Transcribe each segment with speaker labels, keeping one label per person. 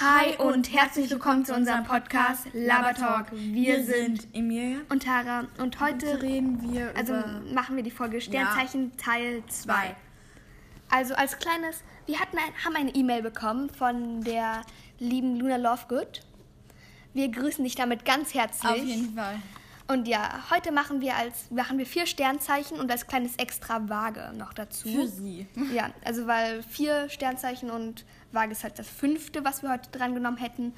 Speaker 1: Hi und herzlich willkommen zu unserem Podcast Labertalk. Wir sind
Speaker 2: Emilia.
Speaker 1: und Tara und heute
Speaker 2: reden wir
Speaker 1: also
Speaker 2: über
Speaker 1: machen wir die Folge Sternzeichen Teil 2. Also als kleines, wir hatten ein, haben eine E-Mail bekommen von der lieben Luna Lovegood. Wir grüßen dich damit ganz herzlich.
Speaker 2: auf jeden Fall.
Speaker 1: Und ja, heute machen wir als machen wir vier Sternzeichen und als kleines extra Waage noch dazu.
Speaker 2: Für sie.
Speaker 1: Ja, also weil vier Sternzeichen und Waage ist halt das fünfte, was wir heute dran genommen hätten.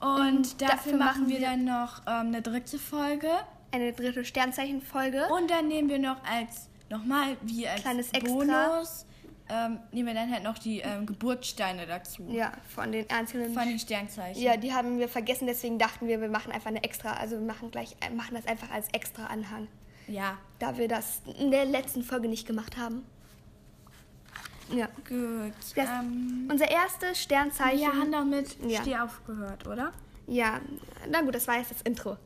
Speaker 2: Und dafür,
Speaker 1: Hm? dafür machen
Speaker 2: machen wir
Speaker 1: wir-
Speaker 2: dann noch ähm, eine dritte Folge.
Speaker 1: Eine dritte Sternzeichenfolge.
Speaker 2: Und dann nehmen wir noch als, nochmal, wie als
Speaker 1: Kleines Extra.
Speaker 2: Bonus, ähm, nehmen wir dann halt noch die ähm, Geburtssteine dazu.
Speaker 1: Ja, von den einzelnen.
Speaker 2: Von den Sternzeichen.
Speaker 1: ja, die haben wir vergessen, deswegen dachten wir, wir machen einfach eine extra, also wir machen gleich, äh, machen das einfach als extra Anhang,
Speaker 2: ja.
Speaker 1: da wir das in der letzten Folge nicht gemacht haben. Ja.
Speaker 2: Gut.
Speaker 1: Das,
Speaker 2: ähm,
Speaker 1: unser erstes Sternzeichen.
Speaker 2: wir haben damit
Speaker 1: Ja.
Speaker 2: Steh aufgehört, oder?
Speaker 1: ja, na gut, das war jetzt das Intro.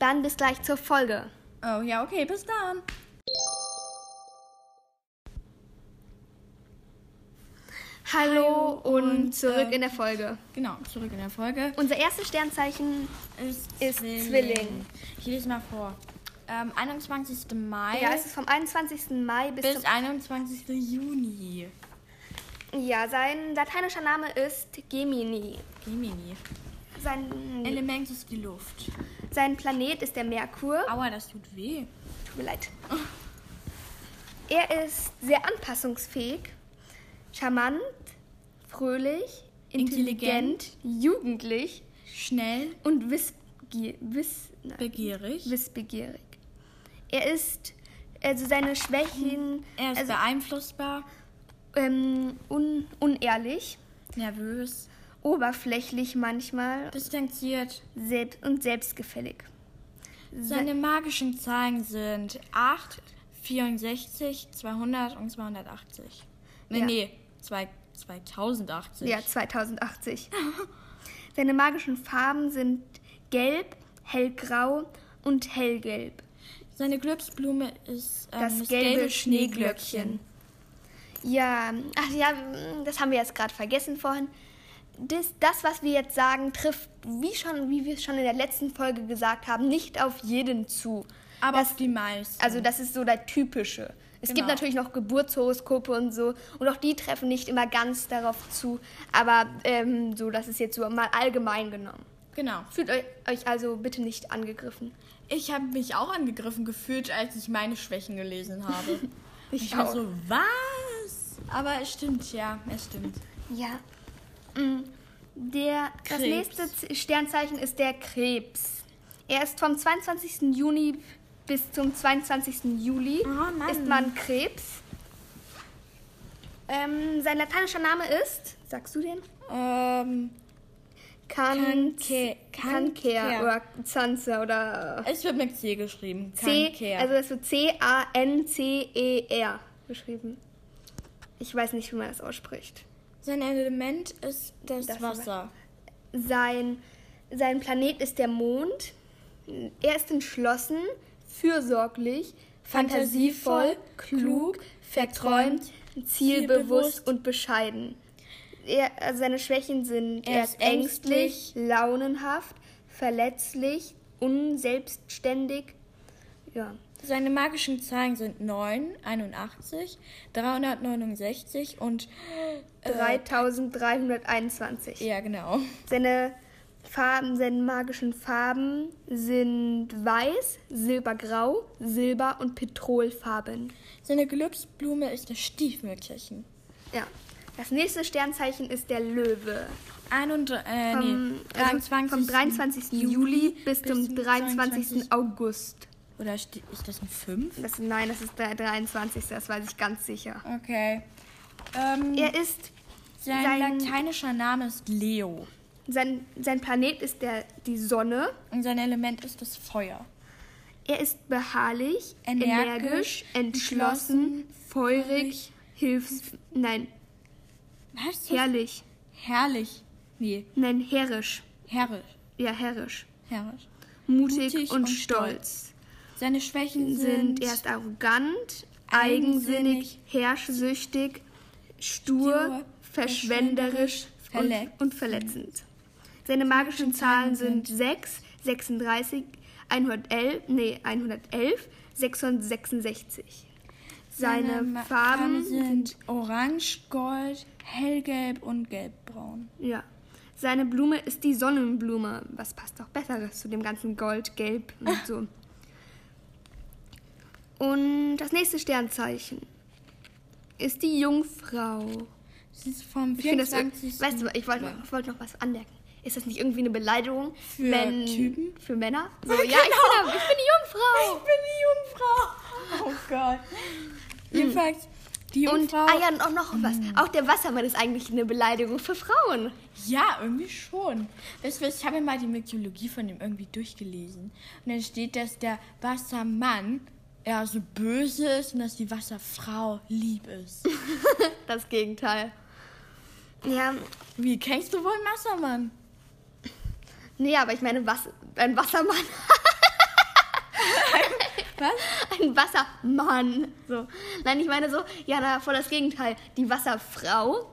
Speaker 1: Dann bis gleich zur Folge.
Speaker 2: Oh ja, okay, bis dann.
Speaker 1: Hallo und ähm,
Speaker 2: und,
Speaker 1: zurück
Speaker 2: äh,
Speaker 1: in der Folge.
Speaker 2: Genau, zurück in der Folge.
Speaker 1: Unser erstes Sternzeichen,
Speaker 2: ist,
Speaker 1: Ist Zwilling.
Speaker 2: Ich lese mal vor. Ähm, 21. Mai
Speaker 1: ja, es ist vom 21. Mai bis,
Speaker 2: bis 21. Juni.
Speaker 1: zum... Ja, sein lateinischer Name ist Gemini.
Speaker 2: Gemini.
Speaker 1: Hm. Sein,
Speaker 2: Element ist die Luft.
Speaker 1: sein Planet ist der Merkur.
Speaker 2: Aua, das tut weh.
Speaker 1: Tut mir leid. Er ist sehr anpassungsfähig, charmant, fröhlich, intelligent, jugendlich
Speaker 2: Schnell,
Speaker 1: und wissbegier wiss nein,
Speaker 2: begierig.
Speaker 1: wissbegierig. Er ist, also seine Schwächen,
Speaker 2: Er ist
Speaker 1: also,
Speaker 2: beeinflussbar,
Speaker 1: ähm, un, unehrlich,
Speaker 2: nervös,
Speaker 1: oberflächlich manchmal
Speaker 2: distanziert.
Speaker 1: selbst und selbstgefällig.
Speaker 2: Seine magischen Zahlen sind 8, 64, 200 und 280. Nee,
Speaker 1: Ja.
Speaker 2: nee, zwei, 2080.
Speaker 1: Ja, 2080. Seine magischen Farben sind gelb, hellgrau und hellgelb.
Speaker 2: Seine Glücksblume ist ähm,
Speaker 1: Das gelbe, Schneeglöckchen. Ja, ach ja, das haben wir jetzt gerade vergessen vorhin. Das, das, was wir jetzt sagen, trifft, wie, schon, wie wir es schon in der letzten Folge gesagt haben, nicht auf jeden zu.
Speaker 2: Aber
Speaker 1: das,
Speaker 2: auf die meisten.
Speaker 1: also das ist so der typische. Es gibt
Speaker 2: Genau.
Speaker 1: natürlich noch Geburtshoroskope und so. Und auch die treffen nicht immer ganz darauf zu. Aber ähm, so, das ist jetzt so mal allgemein genommen.
Speaker 2: Genau.
Speaker 1: Fühlt euch, euch also bitte nicht angegriffen.
Speaker 2: Ich habe mich auch angegriffen gefühlt, als ich meine Schwächen gelesen habe.
Speaker 1: Ich
Speaker 2: ich war so, was? Aber es stimmt, ja, es stimmt.
Speaker 1: Ja. Mm, Der, das
Speaker 2: Krebs.
Speaker 1: nächste Z- Sternzeichen ist der Krebs. Er ist vom 22. Juni bis zum 22. Juli.
Speaker 2: Oh Mann.
Speaker 1: Ist man Krebs. Ähm, sein lateinischer Name ist, sagst du den?
Speaker 2: Ähm,
Speaker 1: Kan
Speaker 2: Kanke-
Speaker 1: Kanker
Speaker 2: Kanker.
Speaker 1: oder Zanzer oder
Speaker 2: es wird mit C geschrieben.
Speaker 1: C,
Speaker 2: Kanker.
Speaker 1: also das wird C-A-N-C-E-R E geschrieben. Ich weiß nicht, wie man das ausspricht.
Speaker 2: Sein Element ist das,
Speaker 1: Das
Speaker 2: Wasser.
Speaker 1: Sein, sein Planet ist der Mond. Er ist entschlossen, fürsorglich, fantasievoll, klug, verträumt, zielbewusst und bescheiden. Er, also seine Schwächen sind
Speaker 2: Er ist ängstlich,
Speaker 1: launenhaft, verletzlich, unselbstständig. Ja.
Speaker 2: Seine magischen Zahlen sind 9, 81, 369 und... äh,
Speaker 1: 3321.
Speaker 2: Ja, genau.
Speaker 1: Seine Farben, seine magischen Farben sind weiß, silbergrau, silber und Petrolfarben.
Speaker 2: Seine Glücksblume ist das Stiefmütterchen.
Speaker 1: Ja. Das nächste Sternzeichen ist der Löwe.
Speaker 2: 31, äh, nee,
Speaker 1: Vom, also
Speaker 2: 23.
Speaker 1: vom 23. Juli bis, zum 23.
Speaker 2: 22.
Speaker 1: August.
Speaker 2: Oder ste- ist das ein 5?
Speaker 1: Das, nein, das ist der 23. Das weiß ich ganz sicher.
Speaker 2: Okay. Ähm,
Speaker 1: Er ist,
Speaker 2: sein,
Speaker 1: sein-
Speaker 2: lateinischer Name ist Leo.
Speaker 1: sein, sein Planet ist der, die Sonne.
Speaker 2: Und sein Element ist das Feuer.
Speaker 1: Er ist beharrlich, energisch,
Speaker 2: Energisch,
Speaker 1: entschlossen, feurig, hilfs... Nein,
Speaker 2: Was?
Speaker 1: herrlich.
Speaker 2: Herrlich. Nee,
Speaker 1: Nein, herrisch.
Speaker 2: herrisch.
Speaker 1: Ja, herrisch.
Speaker 2: Herrisch.
Speaker 1: Mutig,
Speaker 2: Mutig
Speaker 1: und,
Speaker 2: und
Speaker 1: stolz.
Speaker 2: Seine Schwächen sind,
Speaker 1: Sind erst arrogant, eigensinnig,
Speaker 2: eigensinnig,
Speaker 1: herrschsüchtig, stur,
Speaker 2: stur,
Speaker 1: verschwenderisch
Speaker 2: verschwenderisch,
Speaker 1: und, und verletzend. Seine magischen Zahlen sind 6, 36, 111, nee, 111, 666. Seine
Speaker 3: Ma-
Speaker 1: Farben sind
Speaker 3: orange, gold, hellgelb und gelbbraun.
Speaker 1: Ja. Seine Blume ist die Sonnenblume. Was passt doch besseres zu dem ganzen Gold, Gelb und so. Und das nächste Sternzeichen ist die Jungfrau.
Speaker 3: Sie ist vom
Speaker 1: Ich finde das, äh, weißt
Speaker 3: 24.
Speaker 1: du, ich wollte ich wollte noch was anmerken. Ist das nicht irgendwie eine Beleidigung
Speaker 3: Für Typen? Genau.
Speaker 1: Für Männer? So, ja, ich bin, ich bin die Jungfrau.
Speaker 3: Ich bin die Jungfrau. Oh Gott. Jedenfalls, die
Speaker 1: Und
Speaker 3: Jungfrau. Mhm.
Speaker 1: ah ja, und auch noch was. Auch der Wassermann ist eigentlich eine Beleidigung für Frauen.
Speaker 2: Ja, irgendwie schon. Weißt du, was, ich habe mir mal die Mythologie von dem irgendwie durchgelesen. Und dann steht, dass der Wassermann eher so böse ist und dass die Wasserfrau lieb ist.
Speaker 1: Das Gegenteil. Ja,
Speaker 2: Wie kennst du wohl einen Wassermann?
Speaker 1: Nee, aber ich meine, was, ein Wassermann. was? Ein Wassermann. So. Nein, ich meine so, ja, na, voll das Gegenteil. Die Wasserfrau,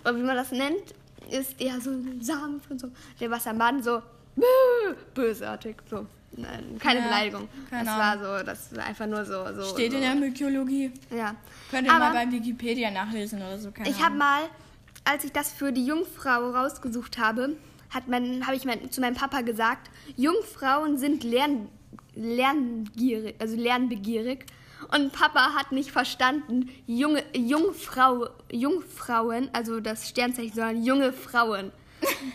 Speaker 1: oder wie man das nennt, ist eher so sanft und so. Der Wassermann so bö- bösartig. So. Nein, keine
Speaker 3: Ja,
Speaker 1: Beleidigung.
Speaker 3: keine
Speaker 1: das war so, das war einfach nur so. so
Speaker 2: Steht
Speaker 1: so.
Speaker 2: in der Mythologie.
Speaker 1: Ja.
Speaker 2: Könnt ihr mal
Speaker 1: Aber-
Speaker 2: bei Wikipedia nachlesen oder so. Keine
Speaker 1: ich habe
Speaker 2: Ahnung.
Speaker 1: mal, als ich das für die Jungfrau rausgesucht habe, hat mein, habe ich mein, zu meinem Papa gesagt, Jungfrauen sind lern, lerngierig, also lernbegierig. Und Papa hat nicht verstanden, junge, Jungfrau, Jungfrauen, also das Sternzeichen, sondern junge Frauen.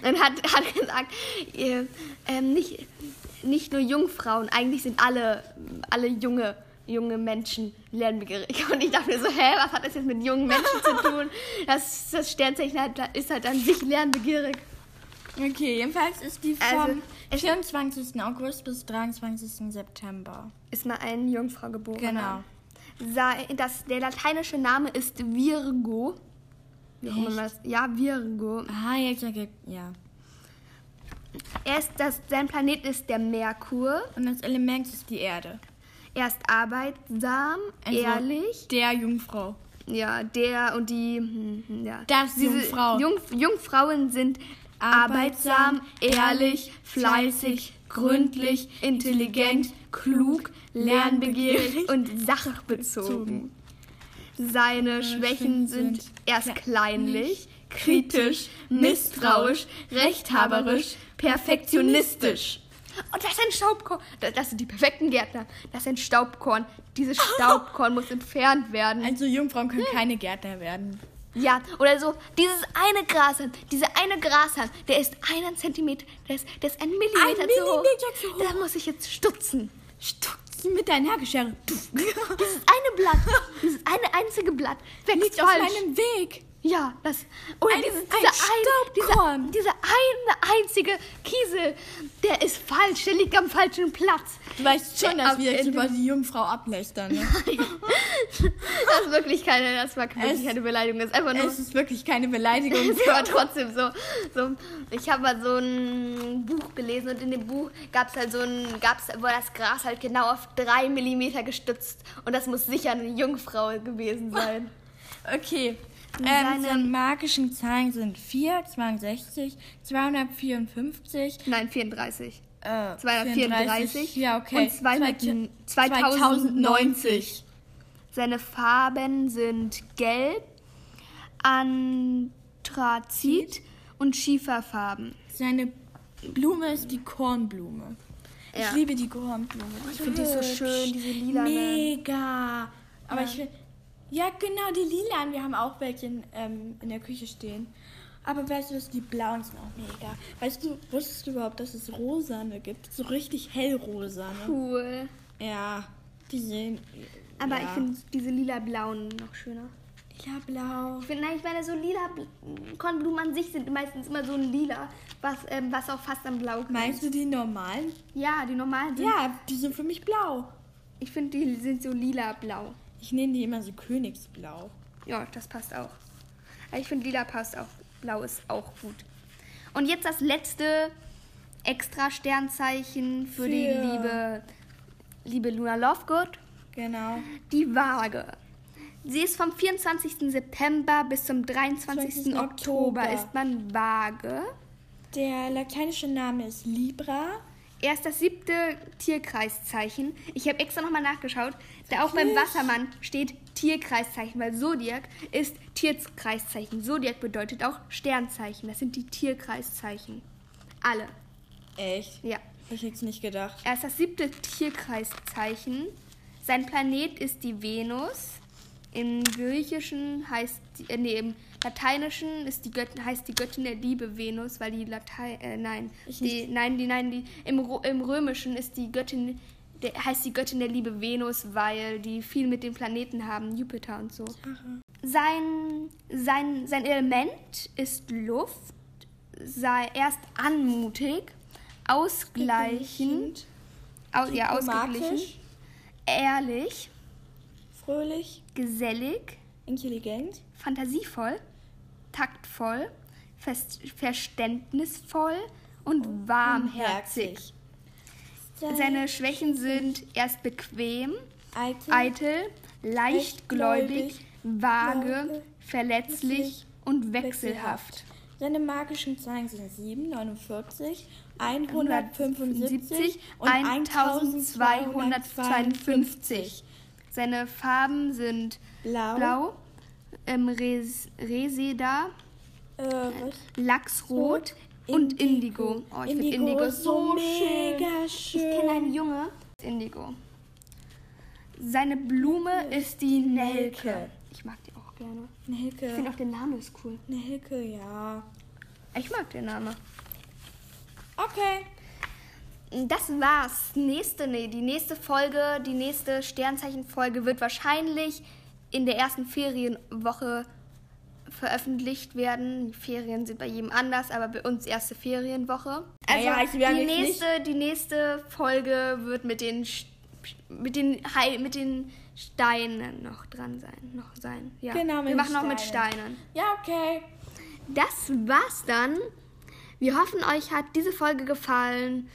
Speaker 1: Und hat, hat gesagt, äh, ähm, nicht, nicht nur Jungfrauen, eigentlich sind alle, alle junge, junge Menschen lernbegierig. Und ich dachte mir so, hä, was hat das jetzt mit jungen Menschen zu tun? Das, das Sternzeichen hat, ist halt an sich lernbegierig.
Speaker 2: Okay, jedenfalls ist die
Speaker 1: Also,
Speaker 2: vom
Speaker 1: es-
Speaker 2: 24. August bis 23. September.
Speaker 1: Ist mal eine Jungfrau geboren.
Speaker 2: Genau.
Speaker 1: Sei- Das, der lateinische Name ist Virgo. Wie auch immer man das- Ja, Virgo.
Speaker 2: Ah, ja, ja, ja, ja.
Speaker 1: Er ist das, sein Planet ist der Merkur.
Speaker 2: Und das Element ist die Erde.
Speaker 1: Er ist arbeitsam,
Speaker 2: Also-
Speaker 1: ehrlich.
Speaker 2: Der Jungfrau.
Speaker 1: Ja, der und die. hm, hm, Ja.
Speaker 2: Das
Speaker 1: Diese
Speaker 2: Jungfrau.
Speaker 1: Jungf- Jungfrauen sind arbeitsam, ehrlich, fleißig, gründlich, intelligent, klug, lernbegierig und sachbezogen. Seine Schwächen sind erst kleinlich, kritisch, misstrauisch, rechthaberisch, perfektionistisch. Und das ist ein Staubkorn. Das, das sind die perfekten Gärtner. Das ist ein Staubkorn. Dieses Staubkorn muss entfernt werden.
Speaker 2: Also Jungfrauen können
Speaker 1: Hm.
Speaker 2: keine Gärtner werden.
Speaker 1: Ja, oder so, dieses eine Grashahn, dieser eine Grashahn, der ist einen Zentimeter, der ist, der ist ein Millimeter,
Speaker 2: Ein
Speaker 1: zu, hoch.
Speaker 2: Millimeter zu hoch.
Speaker 1: Da muss ich jetzt stutzen.
Speaker 2: Stutz mit deiner Haargeschere.
Speaker 1: Dieses eine Blatt, dieses eine einzige Blatt wächst
Speaker 2: Liegt auf
Speaker 1: falsch.
Speaker 2: meinem Weg.
Speaker 1: ja, das, oder
Speaker 2: Ein-
Speaker 1: dieses,
Speaker 2: ein
Speaker 1: dieser, ein,
Speaker 2: Staubkorn.
Speaker 1: dieser, dieser eine einzige Kiesel, der ist falsch, der liegt am falschen Platz.
Speaker 2: Du weißt schon, dass
Speaker 1: Ab-
Speaker 2: wir jetzt
Speaker 1: äh,
Speaker 2: über die Jungfrau ablästern. Ne?
Speaker 1: Das ist wirklich keine, das war wirklich
Speaker 2: Es-
Speaker 1: keine Beleidigung, das ist einfach nur
Speaker 2: es ist wirklich keine Beleidigung.
Speaker 1: Es war trotzdem so. so ich habe mal so ein Buch gelesen und in dem Buch gab es halt so ein, gab's, war das Gras halt genau auf drei Millimeter gestützt. Und das muss sicher eine Jungfrau gewesen sein.
Speaker 2: Okay.
Speaker 1: Seine-
Speaker 2: Ähm, seine magischen Zahlen sind 4, 62, 254,
Speaker 1: Nein, 34.
Speaker 2: äh,
Speaker 1: 234
Speaker 2: Ja, okay.
Speaker 1: und 200,
Speaker 2: Zweite-
Speaker 1: 2090. Seine Farben sind gelb, Anthrazit und Schieferfarben.
Speaker 2: Seine Blume ist die Kornblume.
Speaker 1: Ja.
Speaker 2: Ich liebe die Kornblume.
Speaker 1: Ich finde die so schön, diese lilanen.
Speaker 2: Mega. Aber ich will. Ja, genau, die lilanen. Wir haben auch welche in, ähm, in der Küche stehen. Aber weißt du was, die blauen sind auch mega. Weißt du, wusstest du überhaupt, dass es Rosane gibt? So richtig hellrosane.
Speaker 1: Cool.
Speaker 2: Ja, die sehen.
Speaker 1: Aber
Speaker 2: ja.
Speaker 1: ich finde diese lila-blauen noch schöner.
Speaker 2: Lila blau.
Speaker 1: Ich, finde, nein, ich meine, so lila Bl- Kornblumen an sich sind meistens immer so ein lila, was, ähm, was auch fast am Blau
Speaker 2: Meinst du die normalen?
Speaker 1: Ja, die normalen sind.
Speaker 2: Ja, die sind für mich blau.
Speaker 1: Ich finde, die sind so lila-blau.
Speaker 2: Ich nenne die immer so Königsblau.
Speaker 1: Ja, das passt auch. Aber ich finde, lila passt auch. Blau ist auch gut. Und jetzt das letzte extra Sternzeichen für, die
Speaker 2: Für-
Speaker 1: liebe, liebe Luna Lovegood.
Speaker 2: Genau.
Speaker 1: Die Waage. Sie ist vom 24. September bis zum 23.
Speaker 2: 20.
Speaker 1: Oktober
Speaker 2: Oktober.
Speaker 1: ist man Waage.
Speaker 2: Der lateinische Name ist Libra.
Speaker 1: Er ist das siebte Tierkreiszeichen. Ich habe extra nochmal nachgeschaut. Da auch beim Wassermann steht Tierkreiszeichen, weil Zodiac ist Tierkreiszeichen. Zodiac bedeutet auch Sternzeichen. Das sind die Tierkreiszeichen. Alle.
Speaker 2: Echt?
Speaker 1: Ja.
Speaker 2: Hätte ich jetzt nicht gedacht.
Speaker 1: Er ist das siebte Tierkreiszeichen. Sein Planet ist die Venus. Im Griechischen heißt, die- äh, nee, im Lateinischen ist die Göttin, heißt die Göttin der Liebe Venus, weil die Latein, äh, nein,
Speaker 2: Ich
Speaker 1: die, nein, die, nein, die, im, Ro- im Römischen ist die Göttin, der, heißt die Göttin der Liebe Venus, weil die viel mit den Planeten haben, Jupiter und so. Sein, sein, sein Element ist Luft, sei erst anmutig, ausgleichend, au, ja,
Speaker 2: Diplomatisch.
Speaker 1: ausgeglichen, ehrlich,
Speaker 2: Fröhlich.
Speaker 1: gesellig,
Speaker 2: Intelligent.
Speaker 1: fantasievoll, taktvoll, fest, verständnisvoll und warmherzig. Seine Schwächen sind erst bequem,
Speaker 2: Eitel.
Speaker 1: eitel, leichtgläubig,
Speaker 2: Leichtgläubig,
Speaker 1: vage,
Speaker 2: vage,
Speaker 1: verletzlich
Speaker 2: verletzlich
Speaker 1: und wechselhaft.
Speaker 2: wechselhaft. Seine magischen Zahlen sind 7, 49,
Speaker 1: 175
Speaker 2: 175
Speaker 1: und
Speaker 2: und 1252.
Speaker 1: 1252. Seine Farben sind
Speaker 2: Blau,
Speaker 1: blau, ähm, Res Reseda,
Speaker 2: Äh,
Speaker 1: Oh,
Speaker 2: was?
Speaker 1: Lachsrot und Indigo. Oh, ich finde Indigo so schön.
Speaker 2: mega
Speaker 1: Ich kenne
Speaker 2: schön.
Speaker 1: einen Junge. Indigo. Seine Blume ist die Hm. Nelke.
Speaker 2: Nelke.
Speaker 1: Ich mag die auch gerne.
Speaker 2: Eine
Speaker 1: Ich
Speaker 2: Hilke.
Speaker 1: finde auch den Namen ist cool.
Speaker 2: Eine Hilke, ja.
Speaker 1: Ich mag den Namen.
Speaker 2: Okay.
Speaker 1: Das war's. Nächste, nee, die nächste Folge, die nächste Sternzeichenfolge wird wahrscheinlich in der ersten Ferienwoche veröffentlicht werden. Die Ferien sind bei jedem anders, aber bei uns erste Ferienwoche. Also
Speaker 2: Naja, ich werde
Speaker 1: die
Speaker 2: jetzt
Speaker 1: nächste, die nächste Folge wird mit den Sch- mit den Hai- mit den Steinen noch dran sein, noch sein. Ja.
Speaker 2: Genau,
Speaker 1: Wir
Speaker 2: mit den
Speaker 1: machen noch mit
Speaker 2: Steinen.
Speaker 1: Steinen.
Speaker 2: Ja, okay.
Speaker 1: Das war's dann. Wir hoffen, euch hat diese Folge gefallen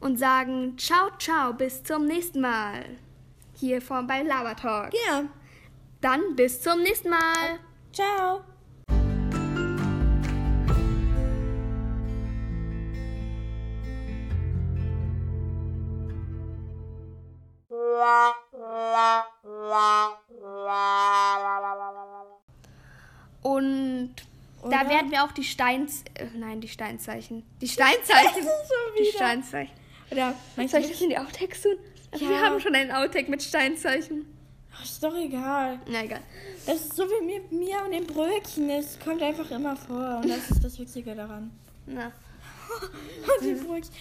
Speaker 1: und sagen ciao, ciao, bis zum nächsten Mal. Hier von bei Labertalk.
Speaker 2: Ja.
Speaker 1: Dann bis zum nächsten Mal.
Speaker 2: Ciao.
Speaker 1: Und da
Speaker 2: Oder?
Speaker 1: werden wir auch die Steins... Äh, nein, die Steinzeichen. Die Steinzeichen.
Speaker 2: Schon
Speaker 1: die
Speaker 2: wieder.
Speaker 1: Steinzeichen.
Speaker 2: Oder
Speaker 1: Soll
Speaker 2: manchmal
Speaker 1: ich das in die Outtakes tun? Also Wir
Speaker 2: Ja.
Speaker 1: haben schon einen Outtake mit Steinzeichen.
Speaker 2: Ach, ist doch egal.
Speaker 1: Na egal.
Speaker 2: Das ist so wie mit mir und dem Brötchen. Es kommt einfach immer vor. Und das ist das Witzige daran.
Speaker 1: Na.
Speaker 2: Und die Brötchen.